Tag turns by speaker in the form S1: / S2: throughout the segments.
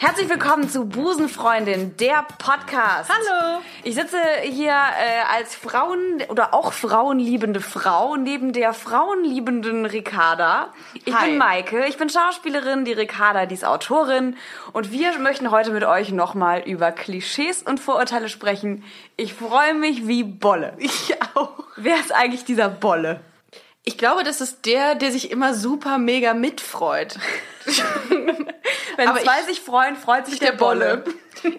S1: Herzlich willkommen zu Busenfreundin, der Podcast.
S2: Hallo.
S1: Ich sitze hier äh, als Frauen- oder auch frauenliebende Frau neben der frauenliebenden Ricarda. Ich
S2: Hi.
S1: bin Maike, ich bin Schauspielerin, die Ricarda, die ist Autorin. Und wir möchten heute mit euch nochmal über Klischees und Vorurteile sprechen. Ich freue mich wie Bolle.
S2: Ich auch.
S1: Wer ist eigentlich dieser Bolle?
S2: Ich glaube, das ist der, der sich immer super mega mitfreut.
S1: Wenn
S2: Aber
S1: zwei
S2: ich-
S1: sich freuen, freut sich
S2: Der Bolle.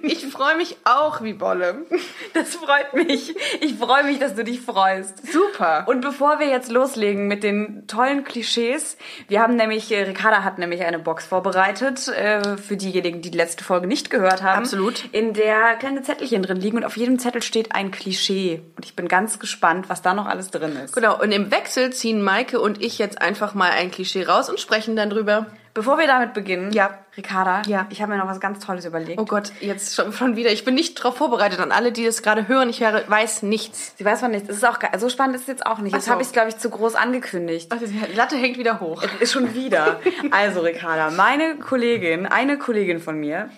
S2: Ich freue mich auch wie Bolle.
S1: Das freut mich. Ich freue mich, dass du dich freust.
S2: Super.
S1: Und bevor wir jetzt loslegen mit den tollen Klischees, wir haben nämlich, äh, Ricarda hat nämlich eine Box vorbereitet, äh, für diejenigen, die die letzte Folge nicht gehört haben.
S2: Absolut.
S1: In der kleine Zettelchen drin liegen und auf jedem Zettel steht ein Klischee. Und ich bin ganz gespannt, was da noch alles drin ist.
S2: Genau, und im Wechsel ziehen Maike und ich jetzt einfach mal ein Klischee raus und sprechen dann drüber.
S1: Bevor wir damit beginnen,
S2: Ja.
S1: Ricarda,
S2: Ja.
S1: ich habe mir noch was ganz Tolles überlegt.
S2: Oh Gott, jetzt schon, schon wieder. Ich bin nicht drauf vorbereitet. An alle, die das gerade hören, ich höre, weiß nichts.
S1: Sie weiß von nichts. Es ist auch ge- so spannend ist es jetzt auch nicht. Jetzt
S2: so.
S1: habe ich es glaube ich zu groß angekündigt.
S2: Also, die Latte hängt wieder hoch.
S1: Ist schon wieder. Also, Ricarda, meine Kollegin, eine Kollegin von mir,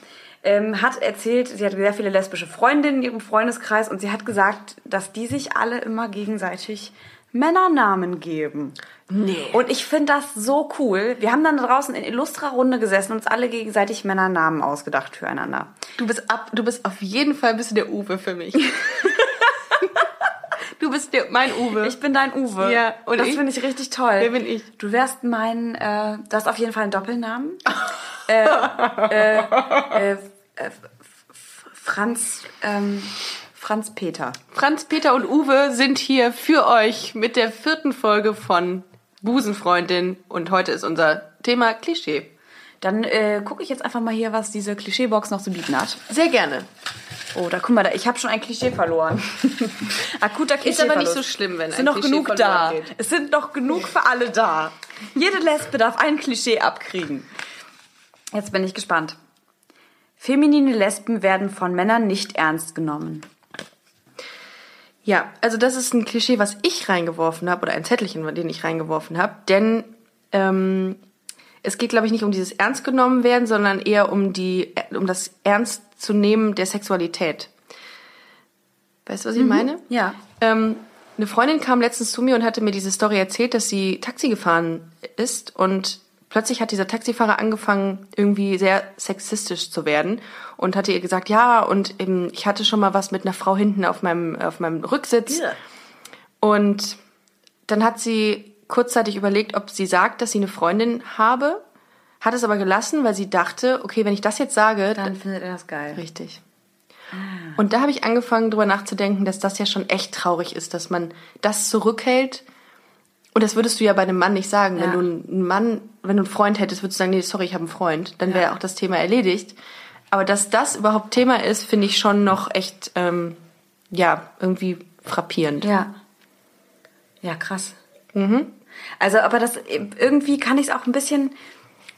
S1: ähm, hat erzählt, sie hat sehr viele lesbische Freundinnen in ihrem Freundeskreis und sie hat gesagt, dass die sich alle immer gegenseitig Männernamen geben.
S2: Nee.
S1: Und ich finde das so cool. Wir haben dann draußen in illustrer Runde gesessen und uns alle gegenseitig Männernamen ausgedacht füreinander.
S2: Du bist ab, du bist auf jeden Fall bist du der Uwe für mich. du bist der, mein Uwe.
S1: Ich bin dein Uwe.
S2: Ja,
S1: und
S2: und
S1: das
S2: ich?
S1: finde ich richtig toll.
S2: Wer bin ich?
S1: Du wärst mein, äh, du hast auf jeden Fall einen Doppelnamen. äh, äh, äh, F- F- Franz, ähm, Franz Peter.
S2: Franz, Peter und Uwe sind hier für euch mit der vierten Folge von Busenfreundin und heute ist unser Thema Klischee.
S1: Dann äh, gucke ich jetzt einfach mal hier, was diese Klischeebox noch zu bieten hat.
S2: Sehr gerne.
S1: Oh, da guck mal, da, ich habe schon ein Klischee verloren. Akuter Klischee.
S2: aber nicht so schlimm, wenn
S1: es
S2: ein
S1: sind noch
S2: Klischee
S1: genug
S2: verloren
S1: da.
S2: geht.
S1: Es sind noch genug für alle da. Jede Lesbe darf ein Klischee abkriegen. Jetzt bin ich gespannt. Feminine Lesben werden von Männern nicht ernst genommen.
S2: Ja, also das ist ein Klischee, was ich reingeworfen habe oder ein Zettelchen, den ich reingeworfen habe, denn ähm, es geht, glaube ich, nicht um dieses Ernst genommen werden, sondern eher um die, äh, um das Ernst zu nehmen der Sexualität. Weißt du, was ich meine?
S1: Ja.
S2: Ähm, eine Freundin kam letztens zu mir und hatte mir diese Story erzählt, dass sie Taxi gefahren ist und plötzlich hat dieser Taxifahrer angefangen, irgendwie sehr sexistisch zu werden und hatte ihr gesagt, ja, und ähm, ich hatte schon mal was mit einer Frau hinten auf meinem, auf meinem Rücksitz. Und dann hat sie kurzzeitig überlegt, ob sie sagt, dass sie eine Freundin habe, hat es aber gelassen, weil sie dachte, okay, wenn ich das jetzt sage,
S1: Dann findet er das geil.
S2: Richtig.
S1: Ah.
S2: Und da habe ich angefangen, drüber nachzudenken, dass das ja schon echt traurig ist, dass man das zurückhält. Und das würdest du ja bei einem Mann nicht sagen.
S1: Ja.
S2: Wenn du einen Mann, wenn du einen Freund hättest, würdest du sagen, nee, sorry, ich habe einen Freund. Dann wäre auch das Thema erledigt. Aber dass das überhaupt Thema ist, finde ich schon noch echt, ähm, ja, irgendwie frappierend.
S1: Ja. Ja, krass. Also, aber das irgendwie kann ich es auch ein bisschen.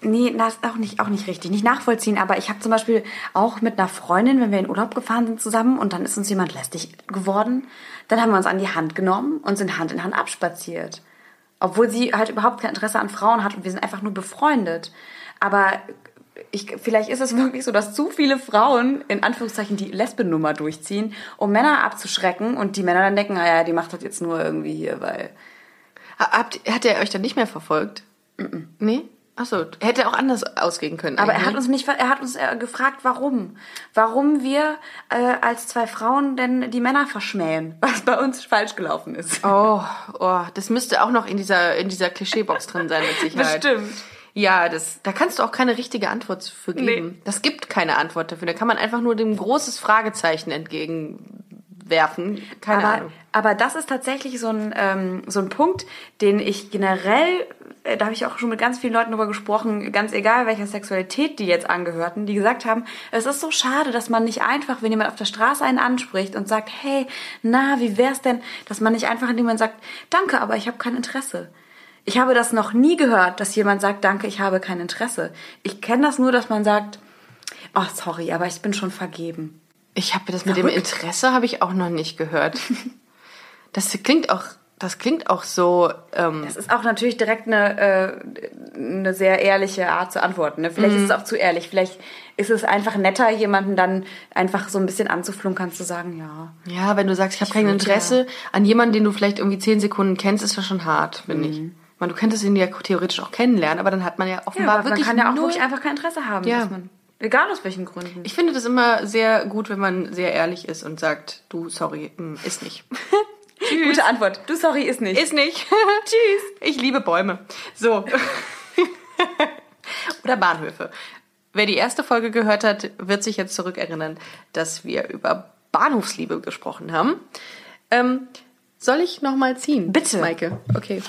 S1: Nee, das ist auch nicht, auch nicht richtig, nicht nachvollziehen. Aber ich habe zum Beispiel auch mit einer Freundin, wenn wir in Urlaub gefahren sind zusammen und dann ist uns jemand lästig geworden, dann haben wir uns an die Hand genommen und sind Hand in Hand abspaziert. Obwohl sie halt überhaupt kein Interesse an Frauen hat und wir sind einfach nur befreundet. Aber ich, vielleicht ist es wirklich so, dass zu viele Frauen in Anführungszeichen die Lesbennummer durchziehen, um Männer abzuschrecken und die Männer dann denken, naja, die macht das jetzt nur irgendwie hier, weil
S2: Ha- Habt, hat er euch dann nicht mehr verfolgt? Nee? Achso, hätte auch anders ausgehen können.
S1: Aber er
S2: eigentlich.
S1: hat uns nicht, ver- er hat uns äh, gefragt, warum, warum wir äh, als zwei Frauen denn die Männer verschmähen, was bei uns falsch gelaufen ist.
S2: Oh, oh, das müsste auch noch in dieser, in dieser Klischeebox drin sein, mit Sicherheit.
S1: Bestimmt.
S2: Ja, das, da kannst du auch keine richtige Antwort für geben.
S1: Nee.
S2: Das gibt keine Antwort dafür. Da kann man einfach nur dem großes Fragezeichen entgegenwerfen. Keine
S1: aber,
S2: Ahnung.
S1: aber das ist tatsächlich so ein, ähm, so ein Punkt, den ich generell, äh, da habe ich auch schon mit ganz vielen Leuten drüber gesprochen, ganz egal welcher Sexualität die jetzt angehörten, die gesagt haben, es ist so schade, dass man nicht einfach, wenn jemand auf der Straße einen anspricht und sagt, hey, na, wie wär's denn, dass man nicht einfach, indem man sagt, danke, aber ich habe kein Interesse. Ich habe das noch nie gehört, dass jemand sagt, danke, ich habe kein Interesse. Ich kenne das nur, dass man sagt, oh, sorry, aber ich bin schon vergeben.
S2: Ich habe das mit dem Interesse habe ich auch noch nicht gehört. Das klingt auch, das klingt auch so. Ähm,
S1: Das ist auch natürlich direkt eine, äh, eine sehr ehrliche Art zu antworten. Ne? Vielleicht ist es auch zu ehrlich. Vielleicht ist es einfach netter, jemanden dann einfach so ein bisschen anzuflunkern, zu sagen, ja.
S2: ja, wenn du sagst, ich habe kein
S1: würd,
S2: Interesse an jemanden, den du vielleicht irgendwie zehn Sekunden kennst, ist das schon hart, finde ich. Ich meine, du könntest ihn ja theoretisch auch kennenlernen, aber dann hat man ja offenbar
S1: Mhm. aber
S2: wirklich
S1: man kann ja auch
S2: null
S1: ruhig einfach kein Interesse haben.
S2: Ja.
S1: dass Man, egal aus welchen Gründen.
S2: Ich finde das immer sehr gut, wenn man sehr ehrlich ist und sagt, du, sorry, mm, ist nicht.
S1: Gute Antwort. Du, sorry, ist nicht.
S2: Ist nicht. Tschüss. Ich liebe Bäume. So. Oder Bahnhöfe. Wer die erste Folge gehört hat, wird sich jetzt zurückerinnern, dass wir über Bahnhofsliebe gesprochen haben. Ähm, soll ich nochmal ziehen?
S1: Bitte.
S2: Maike. Okay.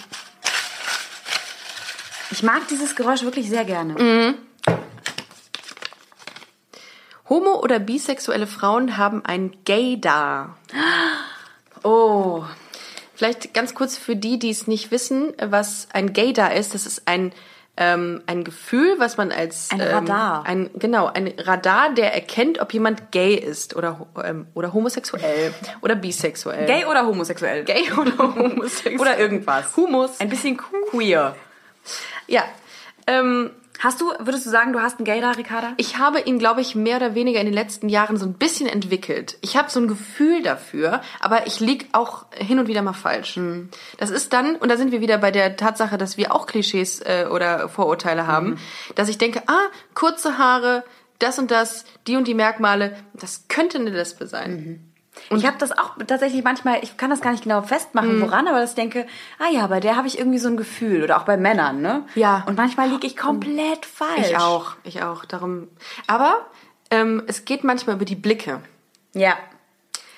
S1: Ich mag dieses Geräusch wirklich sehr gerne.
S2: Homo- oder bisexuelle Frauen haben ein Gaydar.
S1: Oh.
S2: Vielleicht ganz kurz für die, die es nicht wissen, was ein Gaydar ist. Das ist ein ähm, ein Gefühl, was man als
S1: Ein Radar.
S2: ähm, ein genau ein Radar, der erkennt, ob jemand gay ist oder ho- ähm, oder homosexuell oder bisexuell,
S1: Gay oder homosexuell?
S2: gay oder homosexuell
S1: Oder irgendwas.
S2: Humus.
S1: Ein bisschen queer.
S2: Ja, ähm,
S1: Hast du, würdest du sagen, du hast einen Gaydar, Ricarda?
S2: ich habe ihn, glaube ich, mehr oder weniger in den letzten Jahren so ein bisschen entwickelt. Ich habe so ein Gefühl dafür, aber ich lieg auch hin und wieder mal falsch. Hm. Das ist dann, und da sind wir wieder bei der Tatsache, dass wir auch Klischees äh, oder Vorurteile haben, dass ich denke, ah, kurze Haare, das und das, die und die Merkmale, das könnte eine Lesbe sein.
S1: Und ich habe das auch tatsächlich manchmal, ich kann das gar nicht genau
S2: Mhm.
S1: festmachen, woran, aber dass ich denke, ah ja, bei der habe ich irgendwie so ein Gefühl. Oder auch bei Männern, ne?
S2: Ja. Oh.
S1: Und manchmal liege ich komplett falsch.
S2: Ich auch, ich auch, darum. Aber ähm, es geht manchmal über die Blicke.
S1: Ja.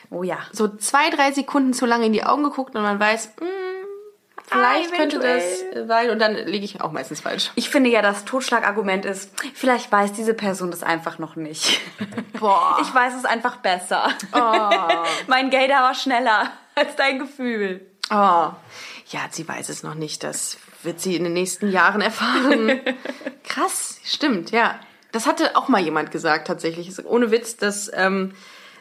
S1: Oh ja.
S2: so zwei, drei Sekunden zu lange in die Augen geguckt und man weiß, mm, vielleicht
S1: Ah,
S2: könnte das sein und dann liege ich auch meistens falsch.
S1: Ich finde ja, das Totschlagargument ist, vielleicht weiß diese Person das einfach noch nicht.
S2: Boah.
S1: Ich weiß es einfach besser. mein Gaydar war schneller als dein Gefühl.
S2: Oh. Ja, sie weiß es noch nicht, das wird sie in den nächsten Jahren erfahren. Krass, stimmt, ja. Das hatte auch mal jemand gesagt tatsächlich, Ist ohne Witz, dass ähm,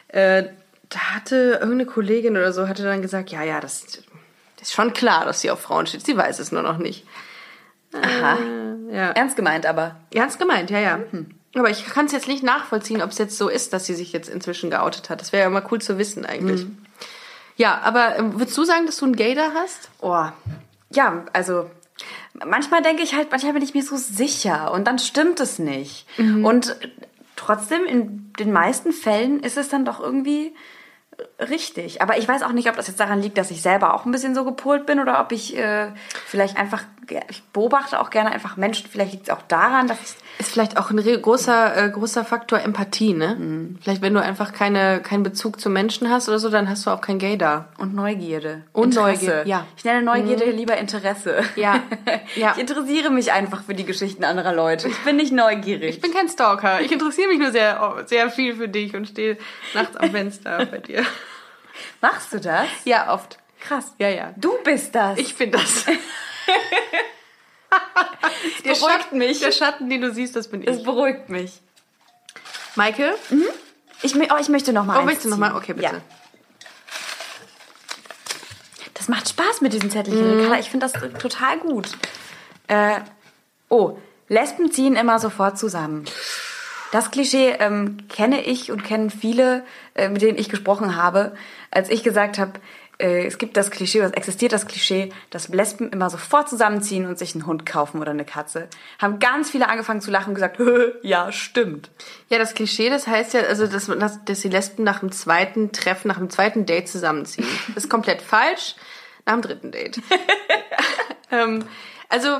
S2: äh, da hatte irgendeine Kollegin oder so, hatte dann gesagt, ja, ja, das, das ist schon klar, dass sie auf Frauen steht, sie weiß es nur noch nicht.
S1: Aha.
S2: Ja.
S1: Ernst gemeint, aber.
S2: Ernst gemeint, ja, ja. Aber ich kann es jetzt nicht nachvollziehen, ob es jetzt so ist, dass sie sich jetzt inzwischen geoutet hat. Das wäre ja mal cool zu wissen eigentlich. Ja, aber ähm, würdest du sagen, dass du einen Gator hast?
S1: Oh, ja, also manchmal denke ich halt, manchmal bin ich mir so sicher und dann stimmt es nicht.
S2: Mhm.
S1: Und trotzdem, in den meisten Fällen ist es dann doch irgendwie richtig. Aber ich weiß auch nicht, ob das jetzt daran liegt, dass ich selber auch ein bisschen so gepolt bin oder ob ich äh, vielleicht einfach, ge- ich beobachte auch gerne einfach Menschen, vielleicht liegt es auch daran, dass ich
S2: Ist vielleicht auch ein re- großer, äh, großer Faktor Empathie, ne? Vielleicht, wenn du einfach keine, keinen Bezug zu Menschen hast oder so, dann hast du auch kein Gator.
S1: Und Neugierde.
S2: Und
S1: Interesse.
S2: Neugier- ja. Mhm.
S1: Ich nenne Neugierde lieber Interesse.
S2: Ja. Ja.
S1: Ich interessiere mich einfach für die Geschichten anderer Leute. Ich bin nicht neugierig.
S2: Ich bin kein Stalker. Ich interessiere mich nur sehr, oh, sehr viel für dich und stehe nachts am Fenster bei dir.
S1: Machst du das?
S2: Ja, oft.
S1: Krass.
S2: Ja, ja.
S1: Du bist das.
S2: Ich bin das. der
S1: beruhigt
S2: Schatten,
S1: mich.
S2: Der Schatten, den du siehst, das bin
S1: das
S2: ich.
S1: beruhigt mich.
S2: Maike?
S1: Ich, mö- oh, ich möchte noch mal
S2: Oh,
S1: eins
S2: willst du noch
S1: ziehen.
S2: mal? Okay, bitte.
S1: Ja. Das macht Spaß mit diesen
S2: Mhm.
S1: Zettelchen, Ricarda. Ich finde das total gut. Äh, oh, Lesben ziehen immer sofort zusammen. Das Klischee ähm, kenne ich und kennen viele, äh, mit denen ich gesprochen habe, als ich gesagt habe, äh, es gibt das Klischee, oder es existiert das Klischee, dass Lesben immer sofort zusammenziehen und sich einen Hund kaufen oder eine Katze. Haben ganz viele angefangen zu lachen und gesagt, "Hö, ja, stimmt.
S2: Ja, das Klischee, das heißt ja, also, dass, man- dass, dass die Lesben nach dem zweiten Treffen, nach dem zweiten Date zusammenziehen. Das ist komplett falsch. Nach dem dritten Date. ähm, also,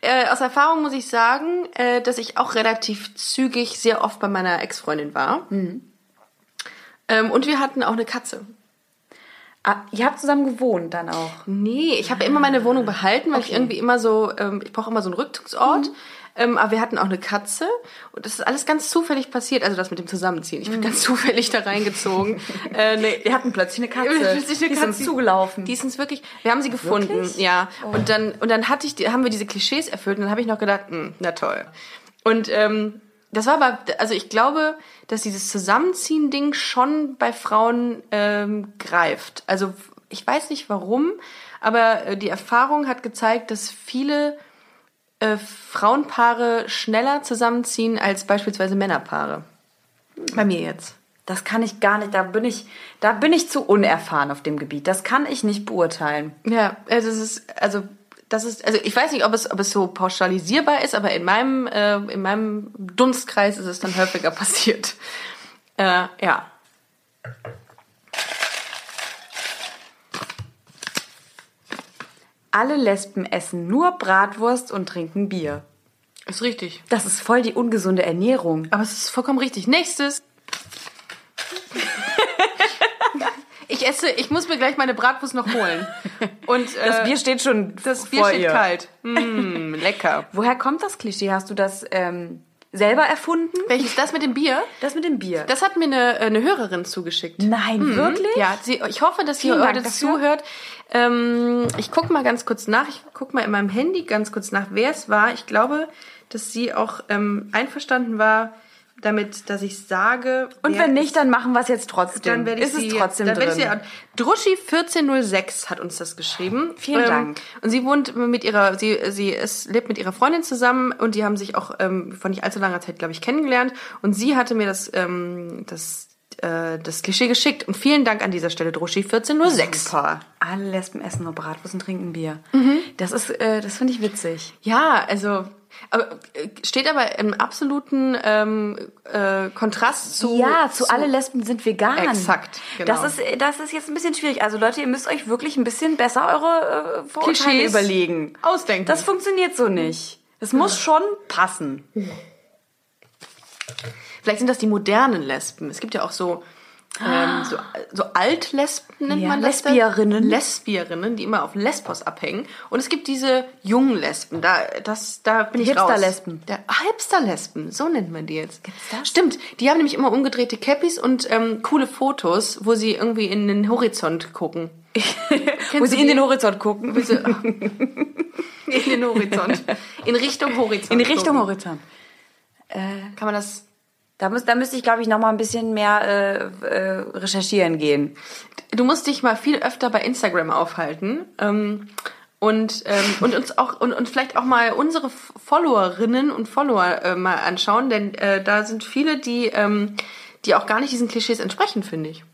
S2: äh, aus Erfahrung muss ich sagen, äh, dass ich auch relativ zügig sehr oft bei meiner Ex-Freundin war. Ähm, und wir hatten auch eine Katze.
S1: Ah, ihr habt zusammen gewohnt dann auch.
S2: Nee, ich habe immer meine Wohnung behalten, weil ich irgendwie immer so, ähm, ich brauche immer so einen Rückzugsort.
S1: Mhm.
S2: Ähm, aber wir hatten auch eine Katze und das ist alles ganz zufällig passiert. Also das mit dem Zusammenziehen. Ich bin ganz zufällig da reingezogen. äh, nee,
S1: Mhm. Wir hatten plötzlich eine
S2: Wir
S1: Katze.
S2: hatten plötzlich eine
S1: die ist uns
S2: Katze.
S1: zugelaufen.
S2: Die ist uns wirklich, wir haben sie gefunden, ja. Und dann, und dann hatte ich, die- haben wir diese Klischees erfüllt und dann habe ich noch gedacht, hm, na toll. Und ähm, das war aber, also ich glaube, dass dieses Zusammenziehen-Ding schon bei Frauen ähm, greift. Also ich weiß nicht warum, aber äh, die Erfahrung hat gezeigt, dass viele äh, Frauenpaare schneller zusammenziehen als beispielsweise Männerpaare. Bei mir jetzt.
S1: das kann ich gar nicht, da bin ich, da bin ich zu unerfahren auf dem Gebiet. Das kann ich nicht beurteilen.
S2: Ja, äh, das ist, also, das ist, also ich weiß nicht, ob es, ob es so pauschalisierbar ist, aber in meinem, äh, in meinem Dunstkreis ist es dann häufiger passiert. Äh, ja.
S1: Alle Lesben essen nur Bratwurst und trinken Bier.
S2: Ist richtig.
S1: Das ist voll die ungesunde Ernährung.
S2: Aber es ist vollkommen richtig. Nächstes. ich esse, ich muss mir gleich meine Bratwurst noch holen. Und äh,
S1: Das Bier steht schon
S2: das Bier
S1: vor
S2: steht
S1: ihr.
S2: kalt. Mm, lecker.
S1: Woher kommt das Klischee? Hast du das ähm, selber erfunden?
S2: Welches das mit dem Bier?
S1: Das Mhm. mit dem Bier.
S2: Das hat mir eine, eine Hörerin zugeschickt.
S1: Nein, wirklich?
S2: Ja, sie, ich hoffe, dass ihr
S1: Vielen Dank
S2: heute
S1: dafür.
S2: zuhört. Ähm, ich gucke mal ganz kurz nach. Ich gucke mal in meinem Handy ganz kurz nach, wer es war. Ich glaube, dass sie auch ähm, einverstanden war damit, dass ich sage.
S1: Und
S2: wer
S1: wenn
S2: es-
S1: nicht, dann machen wir es jetzt trotzdem.
S2: dann werde ich
S1: ist
S2: sie,
S1: es trotzdem
S2: dann
S1: drin.
S2: werde ich sie Druschi 1406 hat uns das geschrieben.
S1: Ah,
S2: Ähm,
S1: Vielen Dank.
S2: Und sie wohnt mit ihrer, sie, sie ist, lebt mit ihrer Freundin zusammen und die haben sich auch ähm, vor nicht allzu langer Zeit, glaube ich, kennengelernt. Und sie hatte mir das, ähm, das, äh, das Klischee geschickt. Und vielen Dank an dieser Stelle, Druschi 1406.
S1: Super. Alle Lesben essen nur Bratwurst und trinken Bier.
S2: Mhm.
S1: Das ist, äh, das finde ich witzig.
S2: Ja, also aber, äh, steht aber im absoluten ähm, äh, Kontrast zu
S1: Ja, zu alle Lesben sind vegan.
S2: Exakt, genau.
S1: Das ist, äh, das ist jetzt ein bisschen schwierig. Also Leute, ihr müsst euch wirklich ein bisschen besser eure äh, Vorurteile
S2: Klischees
S1: überlegen.
S2: Ausdenken.
S1: Das funktioniert so nicht. Es muss schon passen.
S2: Vielleicht sind das die modernen Lesben. Es gibt ja auch so, ähm, so, so Altlesben nennt
S1: Ja,
S2: man das.
S1: Lesbierinnen.
S2: dann? Lesbierinnen, die immer auf Lesbos abhängen. Und es gibt diese jungen Lesben. Da, das, da bin ich raus.
S1: Hipster-Lesben.
S2: Der- ah, Hipster-Lesben, so nennt man die jetzt. Gibt's das? Stimmt, die haben nämlich immer umgedrehte Cappies und ähm, coole Fotos, wo sie irgendwie in den Horizont gucken.
S1: Wo sie in
S2: die?
S1: den Horizont gucken.
S2: In den Horizont. In Richtung Horizont.
S1: In die Richtung
S2: gucken.
S1: Horizont.
S2: Kann man das...
S1: Da, muss, da müsste ich, glaube ich, noch mal ein bisschen mehr äh, äh, recherchieren gehen.
S2: Du musst dich mal viel öfter bei Instagram aufhalten ähm, und, ähm, und uns auch und, und vielleicht auch mal unsere F- Followerinnen und Follower äh, mal anschauen, denn äh, da sind viele, die, ähm, die auch gar nicht diesen Klischees entsprechen, finde ich.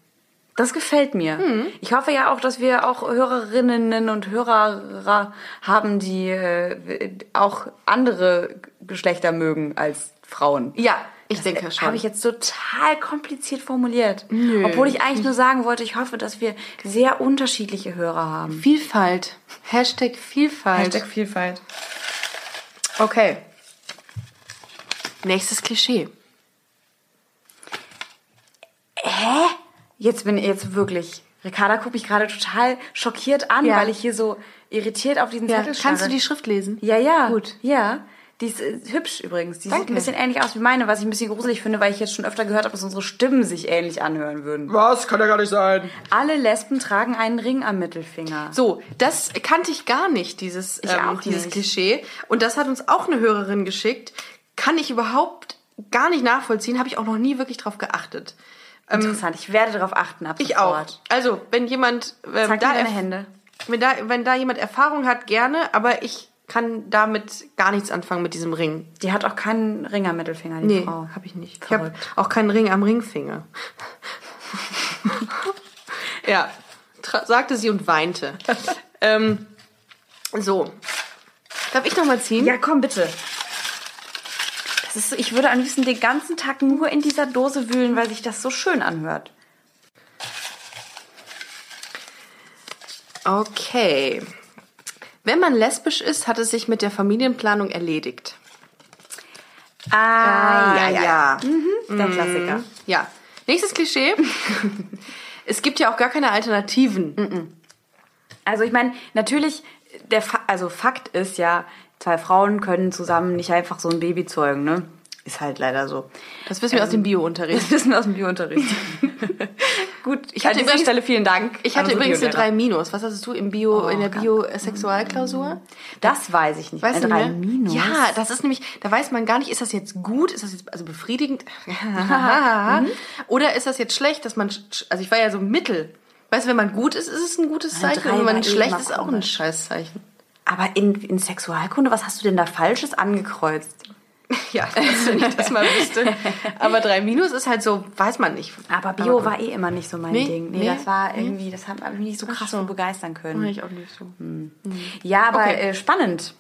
S1: Das gefällt mir.
S2: Hm.
S1: Ich hoffe ja auch, dass wir auch Hörerinnen und Hörer haben, die äh, auch andere Geschlechter mögen als Frauen.
S2: Ja, ich denke
S1: Das äh,
S2: schon.
S1: Habe ich jetzt total kompliziert formuliert. Obwohl ich eigentlich nur sagen wollte, ich hoffe, dass wir sehr unterschiedliche Hörer haben.
S2: Vielfalt. Hashtag Vielfalt.
S1: Vielfalt.
S2: okay. Nächstes Klischee.
S1: Jetzt bin ich jetzt wirklich. Ricarda guckt mich gerade total schockiert an,
S2: Ja.
S1: weil ich hier so irritiert auf diesen Zettel starre.
S2: Kannst du die Schrift lesen?
S1: Ja, ja.
S2: Gut.
S1: Ja. Die ist äh, hübsch übrigens. Die sieht
S2: Danke.
S1: ein bisschen ähnlich aus wie meine, was ich ein bisschen gruselig finde, weil ich jetzt schon öfter gehört habe, dass unsere Stimmen sich ähnlich anhören würden.
S3: Was? Kann ja gar nicht sein.
S1: Alle Lesben tragen einen Ring am Mittelfinger.
S2: So, das kannte ich gar nicht, dieses, ähm,
S1: auch
S2: dieses
S1: nicht.
S2: Klischee. Und das hat uns auch eine Hörerin geschickt. Kann ich überhaupt gar nicht nachvollziehen, habe ich auch noch nie wirklich drauf geachtet.
S1: Interessant. Ich werde darauf achten ab
S2: Ähm, Ich auch.
S1: sofort.
S2: Also, wenn jemand ähm,
S1: Zeig
S2: da
S1: mir deine
S2: erf-
S1: Hände.
S2: Wenn da, wenn da jemand Erfahrung hat, gerne, aber ich kann damit gar nichts anfangen mit diesem Ring.
S1: Die hat auch keinen Ring am Mittelfinger, die
S2: Nee,
S1: Frau.
S2: habe ich nicht.
S1: Oh, Verrückt.
S2: Ich habe auch keinen Ring am Ringfinger. ja, tra- sagte sie und weinte. ähm, so. Darf ich nochmal ziehen?
S1: Ja, komm bitte. Das ist so, ich würde am liebsten den ganzen Tag nur in dieser Dose wühlen, weil sich das so schön anhört.
S2: Okay. Wenn man lesbisch ist, hat es sich mit der Familienplanung erledigt.
S1: Ah,
S2: ja. Ah,
S1: Mhm, Ah, der Klassiker.
S2: Ja. Nächstes Klischee. es gibt ja auch gar keine Alternativen.
S1: Mm, Also ich meine, natürlich, der Fa also Fakt ist ja, zwei Frauen können zusammen nicht einfach so ein Baby zeugen, ne? Ist halt leider so.
S2: Das wissen wir aus dem Bio-Unterricht.
S1: ähm, Das wissen wir aus dem Biounterricht. Gut, ich hatte an dieser
S2: übrigens-
S1: Stelle vielen Dank.
S2: Ich hatte
S1: an unsere
S2: übrigens eine
S1: Biolehrer.
S2: 3 Minus. Was hattest du im Bio,
S1: Oh,
S2: in der
S1: ganz-
S2: Bio-Sexualklausur?
S1: Das weiß ich nicht.
S2: Weißt
S1: eine
S2: du
S1: Äh, drei
S2: nicht mehr?
S1: Minus.
S2: Ja, das ist nämlich, da weiß man gar nicht, ist das jetzt gut, ist das jetzt also befriedigend
S1: Mhm.
S2: oder ist das jetzt schlecht, dass man, sch- sch- also ich war ja so mittel. Weißt du, wenn man gut ist, ist es ein gutes
S1: Eine
S2: Zeichen
S1: drei
S2: und wenn man
S1: war eh
S2: schlecht
S1: immer
S2: ist, auch ein
S1: komisch.
S2: Scheißzeichen.
S1: Aber in, in Sexualkunde, was hast du denn da Falsches angekreuzt?
S2: Ja, dass wenn ich das mal wüsste. Aber 3 Minus ist halt so, weiß man nicht.
S1: Aber Bio war eh immer nicht so mein
S2: Nee,
S1: Ding. Nee,
S2: nee,
S1: das war irgendwie, das hat mich nicht so krass
S2: so.
S1: so. begeistern können.
S2: Mach ich auch nicht so.
S1: Ja, aber
S2: Okay.
S1: äh, spannend.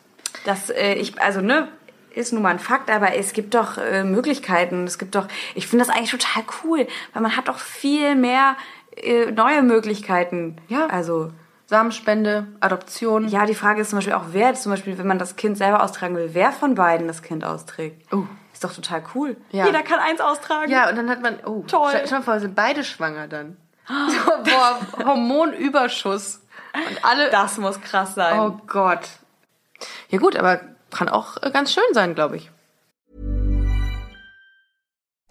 S1: Das, äh, ich, also ne, ist nun mal ein Fakt, aber es gibt doch äh, Möglichkeiten. Es gibt doch, ich finde das eigentlich total cool, weil man hat doch viel mehr äh, neue Möglichkeiten.
S2: Ja.
S1: Also
S2: Samenspende, Adoption.
S1: ja, die Frage ist zum Beispiel auch, wer zum Beispiel, wenn man das Kind selber austragen will, wer von beiden das Kind austrägt.
S2: Oh.
S1: Ist doch total cool.
S2: Ja.
S1: Jeder kann eins austragen.
S2: Ja, und dann hat man, oh,
S1: Toll.
S2: Stell, stell mal vor, sind beide schwanger dann. So, boah, Hormonüberschuss. Und alle
S1: Das muss krass sein.
S2: Oh Gott. Ja gut, aber kann auch äh, ganz schön sein, glaube ich.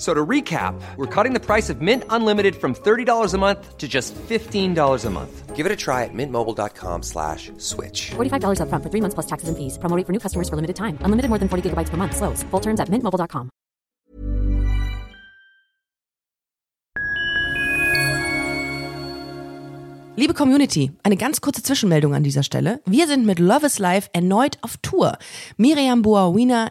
S3: So to recap, we're cutting the price of Mint Unlimited from $30 a month to just $15 a month. Give it a try at mintmobile.com slash switch.
S4: $45 upfront for three months plus taxes and fees. Promoting for new customers for limited time. Unlimited more than 40 gigabytes per month. Slows. Full terms at mintmobile.com.
S5: Liebe Community, eine ganz kurze Zwischenmeldung an dieser Stelle. Wir sind mit Love is Life erneut auf Tour. Miriam Boawina,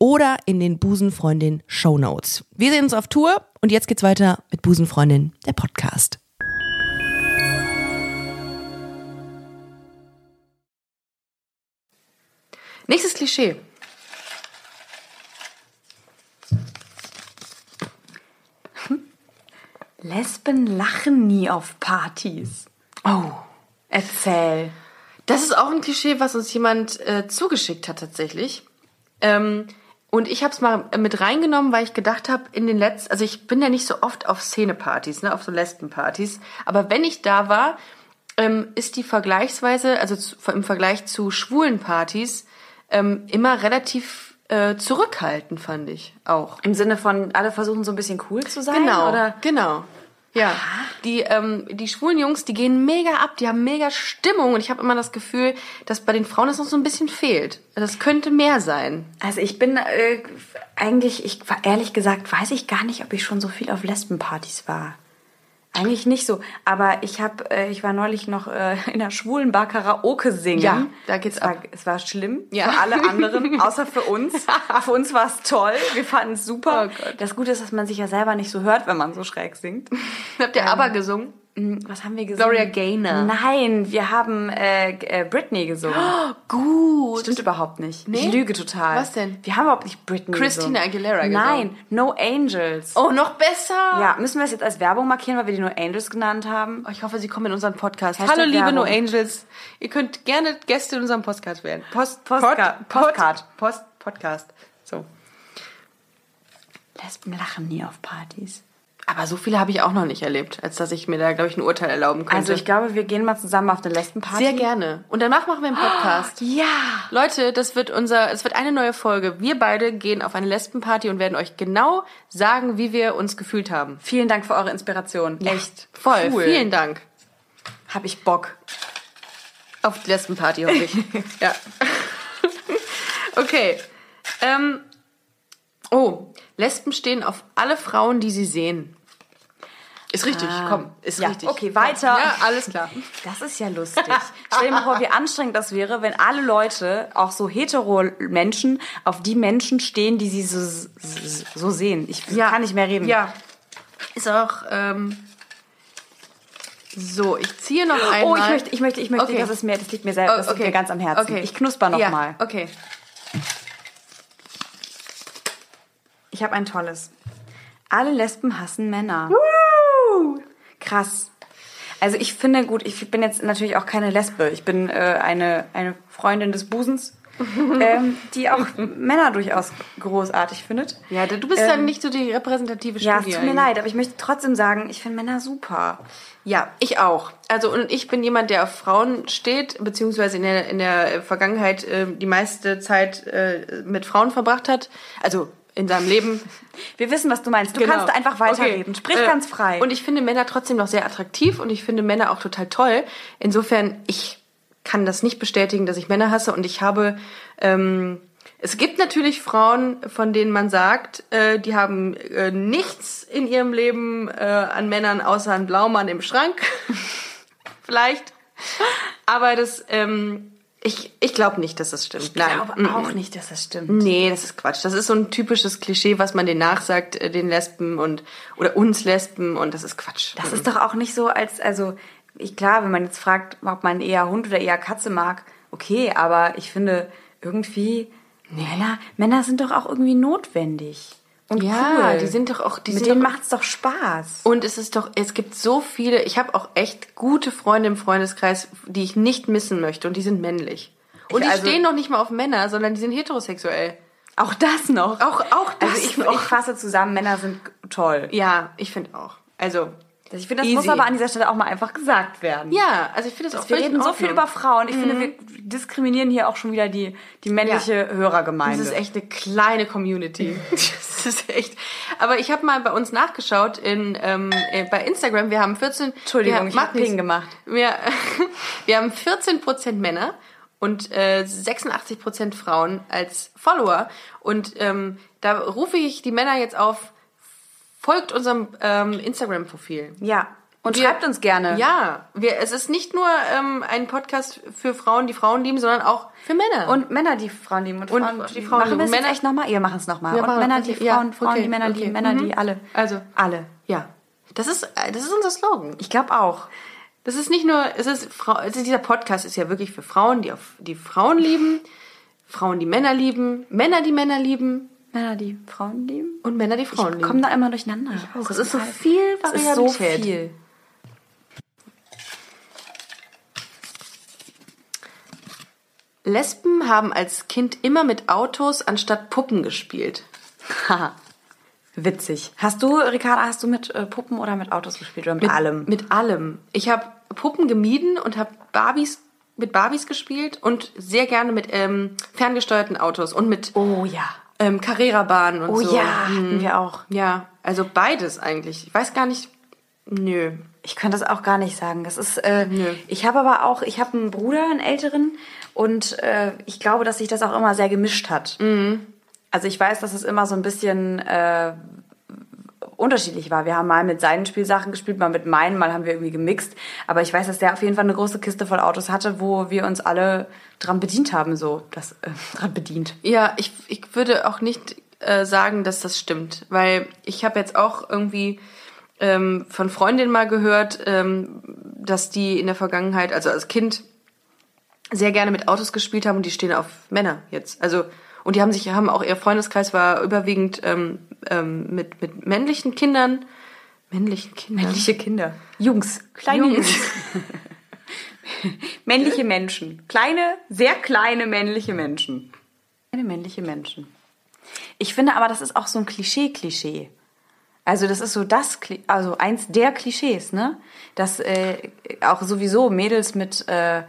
S5: oder in den Busenfreundin Shownotes. Wir sehen uns auf Tour und jetzt geht's weiter mit Busenfreundin, der Podcast.
S2: Nächstes Klischee.
S1: Lesben lachen nie auf Partys.
S2: Oh.
S1: Erzähl.
S2: Das ist auch ein Klischee, was uns jemand äh, zugeschickt hat tatsächlich. Ähm, und ich habe es mal mit reingenommen, weil ich gedacht habe, in den letzten, also ich bin ja nicht so oft auf Szenepartys, ne, auf so Lesbenpartys, aber wenn ich da war, ähm, ist die vergleichsweise, also zu, im Vergleich zu schwulen Partys, ähm, immer relativ äh, zurückhaltend, fand ich auch.
S1: Im Sinne von, alle versuchen so ein bisschen cool zu sein?
S2: Genau,
S1: Oder?
S2: genau. Ja, die, ähm, die schwulen Jungs, die gehen mega ab, die haben mega Stimmung und ich habe immer das Gefühl, dass bei den Frauen das noch so ein bisschen fehlt. Das könnte mehr sein.
S1: Also ich bin äh, eigentlich, ich ehrlich gesagt, weiß ich gar nicht, ob ich schon so viel auf Lesbenpartys war. Eigentlich nicht so. Aber ich habe, äh, ich war neulich noch äh, in einer schwulen Bar Karaoke singen.
S2: Ja, da geht's
S1: es war,
S2: ab.
S1: Es war schlimm
S2: Ja.
S1: für alle anderen, außer für uns. für uns war es toll. Wir fanden es super.
S2: Oh Gott.
S1: das Gute ist, dass man sich ja selber nicht so hört, wenn man so schräg singt.
S2: Habt ihr aber gesungen?
S1: Hm, Was haben wir gesungen?
S2: Gloria Gaynor.
S1: Nein, wir haben äh, äh, Britney gesungen.
S2: Gut.
S1: Stimmt überhaupt nicht.
S2: Nee?
S1: Ich lüge total.
S2: Was denn?
S1: Wir haben überhaupt nicht Britney
S2: Christina
S1: gesungen.
S2: Aguilera gesungen.
S1: Nein, No Angels.
S2: Oh, noch besser.
S1: Ja, müssen wir das jetzt als Werbung markieren, weil wir die No Angels genannt haben?
S2: Oh, Ich hoffe, sie kommen in unseren Podcast.
S1: Hashtag
S2: Hallo, liebe
S1: Werbung.
S2: No Angels. Ihr könnt gerne Gäste in unserem Podcast werden. Post,
S1: Postka-
S2: Pod, Pod,
S1: Postcard.
S2: Post, Podcast. So.
S1: Lesben lachen nie auf Partys.
S2: Aber so viele habe ich auch noch nicht erlebt, als dass ich mir da, glaube ich, ein Urteil erlauben könnte.
S1: Also ich glaube, wir gehen mal zusammen auf eine Lesbenparty.
S2: Sehr gerne. Und danach machen wir einen Podcast.
S1: Ah, Ja.
S2: Leute, das wird unser, es wird eine neue Folge. Wir beide gehen auf eine Lesbenparty und werden euch genau sagen, wie wir uns gefühlt haben.
S1: Vielen Dank für eure Inspiration. Echt.
S2: Voll.
S1: Cool.
S2: Vielen Dank.
S1: Hab ich Bock.
S2: Auf die Lesbenparty hoffe ich. ja. okay. Ähm, oh, Lesben stehen auf alle Frauen, die sie sehen. Ist richtig, komm, ist
S1: Ah. Ja,
S2: richtig.
S1: okay, weiter.
S2: Ja, alles klar.
S1: Das ist ja lustig. Stell dir mal vor, wie anstrengend das wäre, wenn alle Leute, auch so hetero Menschen, auf die Menschen stehen, die sie so, so sehen. Ich kann nicht mehr reden.
S2: Ja. Ist auch, ähm, so, ich ziehe noch einmal.
S1: Oh, ich möchte, ich möchte, ich möchte,
S2: Okay. Oh,
S1: das ist mir, das liegt mir selbst, das liegt mir ganz am Herzen.
S2: Okay.
S1: Ich knusper noch
S2: ja,
S1: mal.
S2: Okay.
S1: Ich habe ein tolles. Alle Lesben hassen Männer. Krass. Also ich finde gut, ich bin jetzt natürlich auch keine Lesbe. Ich bin äh, eine, eine Freundin des Busens, ähm, die auch Männer durchaus großartig findet. Ähm,
S2: Ja, du bist dann nicht so die repräsentative
S1: Ja, es
S2: Studie.
S1: tut mir leid, aber ich möchte trotzdem sagen, ich finde Männer super.
S2: Ja, ich auch. Also und ich bin jemand, der auf Frauen steht, beziehungsweise in der, in der Vergangenheit äh, die meiste Zeit äh, mit Frauen verbracht hat. Also in seinem Leben.
S1: Wir wissen, was du meinst. Du
S2: Genau.
S1: kannst einfach weiterreden.
S2: Okay.
S1: Sprich
S2: Äh,
S1: ganz frei.
S2: Und ich finde Männer trotzdem noch sehr attraktiv und ich finde Männer auch total toll. Insofern, ich kann das nicht bestätigen, dass ich Männer hasse und ich habe. Ähm, es gibt natürlich Frauen, von denen man sagt, äh, die haben äh, nichts in ihrem Leben äh, an Männern außer einen Blaumann im Schrank. Vielleicht. Aber das, ähm, ich, ich glaube nicht, dass das stimmt. Nein. Mm, mm.
S1: auch nicht, dass das stimmt.
S2: Nee, das ist Quatsch. Das ist so ein typisches Klischee, was man denen nachsagt, äh, den Lesben und oder uns Lesben und das ist Quatsch.
S1: Das ist doch auch nicht so, als, also, ich, klar, wenn man jetzt fragt, ob man eher Hund oder eher Katze mag, okay, aber ich finde irgendwie, Männer, Männer sind doch auch irgendwie notwendig. Und
S2: ja,
S1: cool.
S2: die sind doch auch, die
S1: Mit
S2: sind
S1: denen
S2: doch,
S1: macht's doch Spaß.
S2: und es ist doch, es gibt so viele, ich habe auch echt gute Freunde im Freundeskreis, die ich nicht missen möchte und die sind männlich. Und
S1: Ich-
S2: die
S1: also-
S2: stehen noch nicht mal auf Männer, sondern die sind heterosexuell.
S1: Auch das noch.
S2: Auch- auch das
S1: also ich,
S2: noch.
S1: ich fasse zusammen, Männer sind toll.
S2: Ja, ich finde auch. Also,
S1: Ich finde, das
S2: Easy.
S1: muss aber an dieser Stelle auch mal einfach gesagt werden.
S2: ja, also ich finde das auch
S1: Wir
S2: völlig
S1: reden
S2: in
S1: so viel
S2: Ordnung.
S1: über Frauen. Ich finde, wir diskriminieren hier auch schon wieder die, die männliche Hörergemeinde.
S2: Das ist echt eine kleine Community. Das ist echt. Aber ich habe mal bei uns nachgeschaut in, ähm, äh, bei Instagram. Wir haben 14.
S1: Entschuldigung,
S2: wir,
S1: ich hab Ping gemacht.
S2: Wir, wir haben 14 Prozent Männer und äh, 86 Prozent Frauen als Follower. Und ähm, da rufe ich die Männer jetzt auf. Folgt unserem ähm, Instagram-Profil.
S1: ja. Und
S2: Wir-
S1: schreibt uns gerne.
S2: Ja, wir, es ist nicht nur ähm, ein Podcast für Frauen, die Frauen lieben, sondern auch für Männer.
S1: Und Männer, die Frauen lieben. Und,
S2: Und
S1: Frauen,
S2: die Frauen
S1: machen
S2: lieben.
S1: wir es
S2: Männer-
S1: Männer echt nochmal? Ihr machen es nochmal.
S2: Wir
S1: Und
S2: machen-
S1: Männer, die
S2: okay, ja,
S1: Frauen, Frauen,
S2: okay,
S1: die Männer, die
S2: okay,
S1: Männer,
S2: mhm.
S1: die alle.
S2: Also.
S1: Alle.
S2: Ja. Das ist, äh, das ist unser Slogan.
S1: Ich glaube auch.
S2: Das ist nicht nur, es ist, Frau- also dieser Podcast ist ja wirklich für Frauen, die, auf, die Frauen lieben, Frauen, die Männer lieben, Männer, die Männer lieben
S1: Männer, die Frauen lieben.
S2: und Männer, die Frauen lieben.
S1: Kommen da immer durcheinander.
S2: auch. Es ist so viel
S1: Es ist so
S2: Variabilität.
S1: viel.
S2: Lesben haben als Kind immer mit Autos anstatt Puppen gespielt.
S1: Haha. Witzig. Hast du, Ricarda, hast du mit äh, Puppen oder mit Autos gespielt? Oder mit, allem?
S2: Mit allem. Ich habe Puppen gemieden und habe Barbies mit Barbies gespielt und sehr gerne mit ähm, ferngesteuerten Autos und mit
S1: Oh ja.
S2: ähm, Carrera-Bahnen und
S1: Oh
S2: so. Hm.
S1: ja, hatten wir auch.
S2: Ja, also beides eigentlich. Ich weiß gar nicht. Nö.
S1: Ich kann das auch gar nicht sagen. Das ist, äh,
S2: Nö.
S1: ich habe aber auch, ich habe einen Bruder, einen älteren, und äh, ich glaube, dass sich das auch immer sehr gemischt hat. Also ich weiß, dass es immer so ein bisschen äh, unterschiedlich war. Wir haben mal mit seinen Spielsachen gespielt, mal mit meinen, mal haben wir irgendwie gemixt. Aber ich weiß, dass der auf jeden Fall eine große Kiste voll Autos hatte, wo wir uns alle dran bedient haben, so das äh, dran bedient.
S2: Ja, ich, ich würde auch nicht äh, sagen, dass das stimmt, weil ich habe jetzt auch irgendwie ähm, von Freundinnen mal gehört, ähm, dass die in der Vergangenheit, also als Kind, sehr gerne mit Autos gespielt haben und die stehen auf Männer jetzt. Also und die haben sich haben auch ihr Freundeskreis war überwiegend ähm, ähm, mit mit männlichen Kindern, männlichen Kindern,
S1: Männliche Kinder, Jungs, kleine
S2: Jungs.
S1: Jungs. männliche Menschen, kleine, sehr kleine männliche Menschen. Kleine männliche Menschen. Ich finde aber, das ist auch so ein Klischee-Klischee. Also das ist so das, Kli- also eins der Klischees, ne? Dass äh, auch sowieso Mädels mit äh,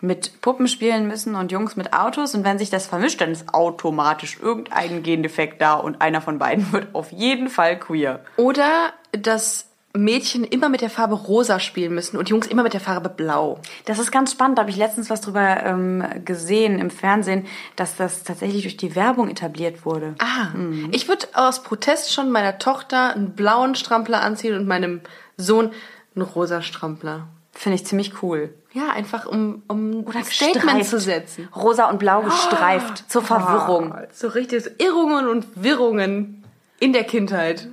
S1: mit Puppen spielen müssen und Jungs mit Autos und wenn sich das vermischt, dann ist automatisch irgendein Gendefekt da und einer von beiden wird auf jeden Fall queer.
S2: Oder dass Mädchen immer mit der Farbe rosa spielen müssen und Jungs immer mit der Farbe blau.
S1: Das ist ganz spannend. Da habe ich letztens was drüber ähm, gesehen im Fernsehen, dass das tatsächlich durch die Werbung etabliert wurde.
S2: Ah, ich würde aus Protest schon meiner Tochter einen blauen Strampler anziehen und meinem Sohn einen rosa Strampler.
S1: Finde ich ziemlich cool.
S2: Ja, einfach um, um ein
S1: Gestreift.
S2: zu setzen. Ah. Oh,
S1: Rosa und blau gestreift. zur Verwirrung.
S2: So richtig so Irrungen und Wirrungen in der Kindheit.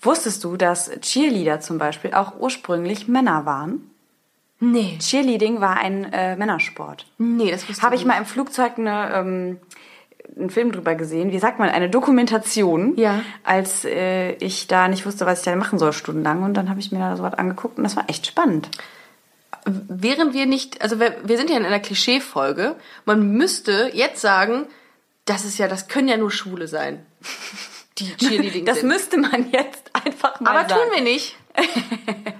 S1: Wusstest du, dass Cheerleader zum Beispiel auch ursprünglich Männer waren?
S2: Nee.
S1: Cheerleading war ein äh, Männersport.
S2: Nee, das wusste
S1: Habe ich mal im Flugzeug eine, ähm, einen Film drüber gesehen, wie sagt man, eine Dokumentation,
S2: Ja.
S1: als äh, ich da nicht wusste, was ich da machen soll, stundenlang. Und dann habe ich mir da sowas angeguckt und das war echt spannend.
S2: wären wir nicht, also wir, wir sind ja in einer Klischee-Folge. Man müsste jetzt sagen, das ist ja, das können ja nur Schwule sein. Die Cheerleading
S1: Das
S2: sind.
S1: müsste man jetzt einfach mal
S2: Aber
S1: sagen.
S2: tun wir nicht.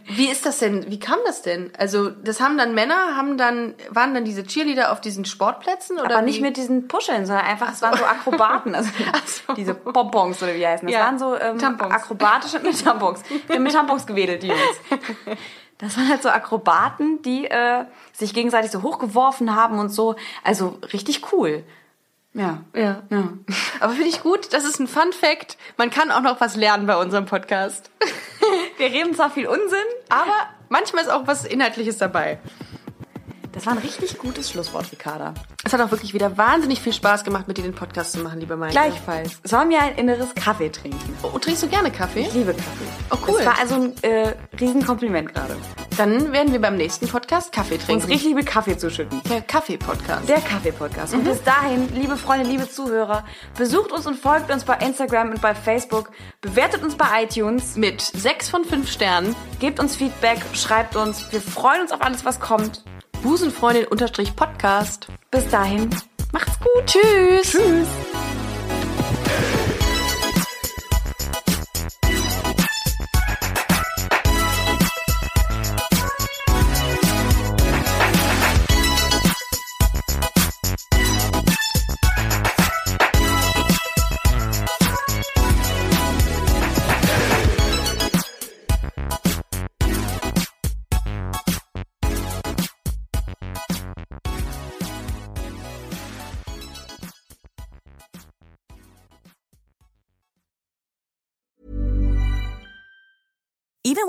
S2: Wie ist das denn? Wie kam das denn? Also, das haben dann Männer, haben dann, waren dann diese Cheerleader auf diesen Sportplätzen oder
S1: Aber nicht
S2: wie?
S1: mit diesen Puscheln, sondern einfach, es waren so Akrobaten. Also
S2: Ach so.
S1: diese Bonbons oder wie die heißen. Das
S2: Ja,
S1: waren so ähm,
S2: Tampons.
S1: akrobatische mit Tampons. Die haben mit Tampons gewedelt, die Jungs. Das waren halt so Akrobaten, die äh, sich gegenseitig so hochgeworfen haben und so. Also richtig cool. Ja.
S2: Ja.
S1: Ja.
S2: Aber finde ich gut, das ist ein Fun Fact. Man kann auch noch was lernen bei unserem Podcast.
S1: Wir reden zwar viel Unsinn,
S2: Aber manchmal ist auch was Inhaltliches dabei.
S1: das war ein richtig gutes Schlusswort, Ricarda.
S2: Es hat auch wirklich wieder wahnsinnig viel Spaß gemacht, mit dir den Podcast zu machen, liebe Maike.
S1: Gleichfalls. Sollen wir ein inneres Kaffee trinken?
S2: Oh, trinkst du gerne Kaffee?
S1: Ich liebe Kaffee.
S2: Oh, cool.
S1: Das war also ein äh, Riesenkompliment gerade.
S2: Dann werden wir beim nächsten Podcast Kaffee
S1: Uns
S2: trinken.
S1: richtig mit Kaffee zuschütten.
S2: der Kaffee-Podcast.
S1: Der Kaffee-Podcast.
S2: Mhm.
S1: Und bis dahin, liebe Freunde, liebe Zuhörer, besucht uns und folgt uns bei Instagram und bei Facebook, bewertet uns bei iTunes,
S2: Mit sechs von fünf Sternen,
S1: gebt uns Feedback, schreibt uns. Wir freuen uns auf alles, was kommt.
S2: Busenfreundin-Podcast.
S1: Bis dahin, macht's gut.
S2: Tschüss. Tschüss.
S6: even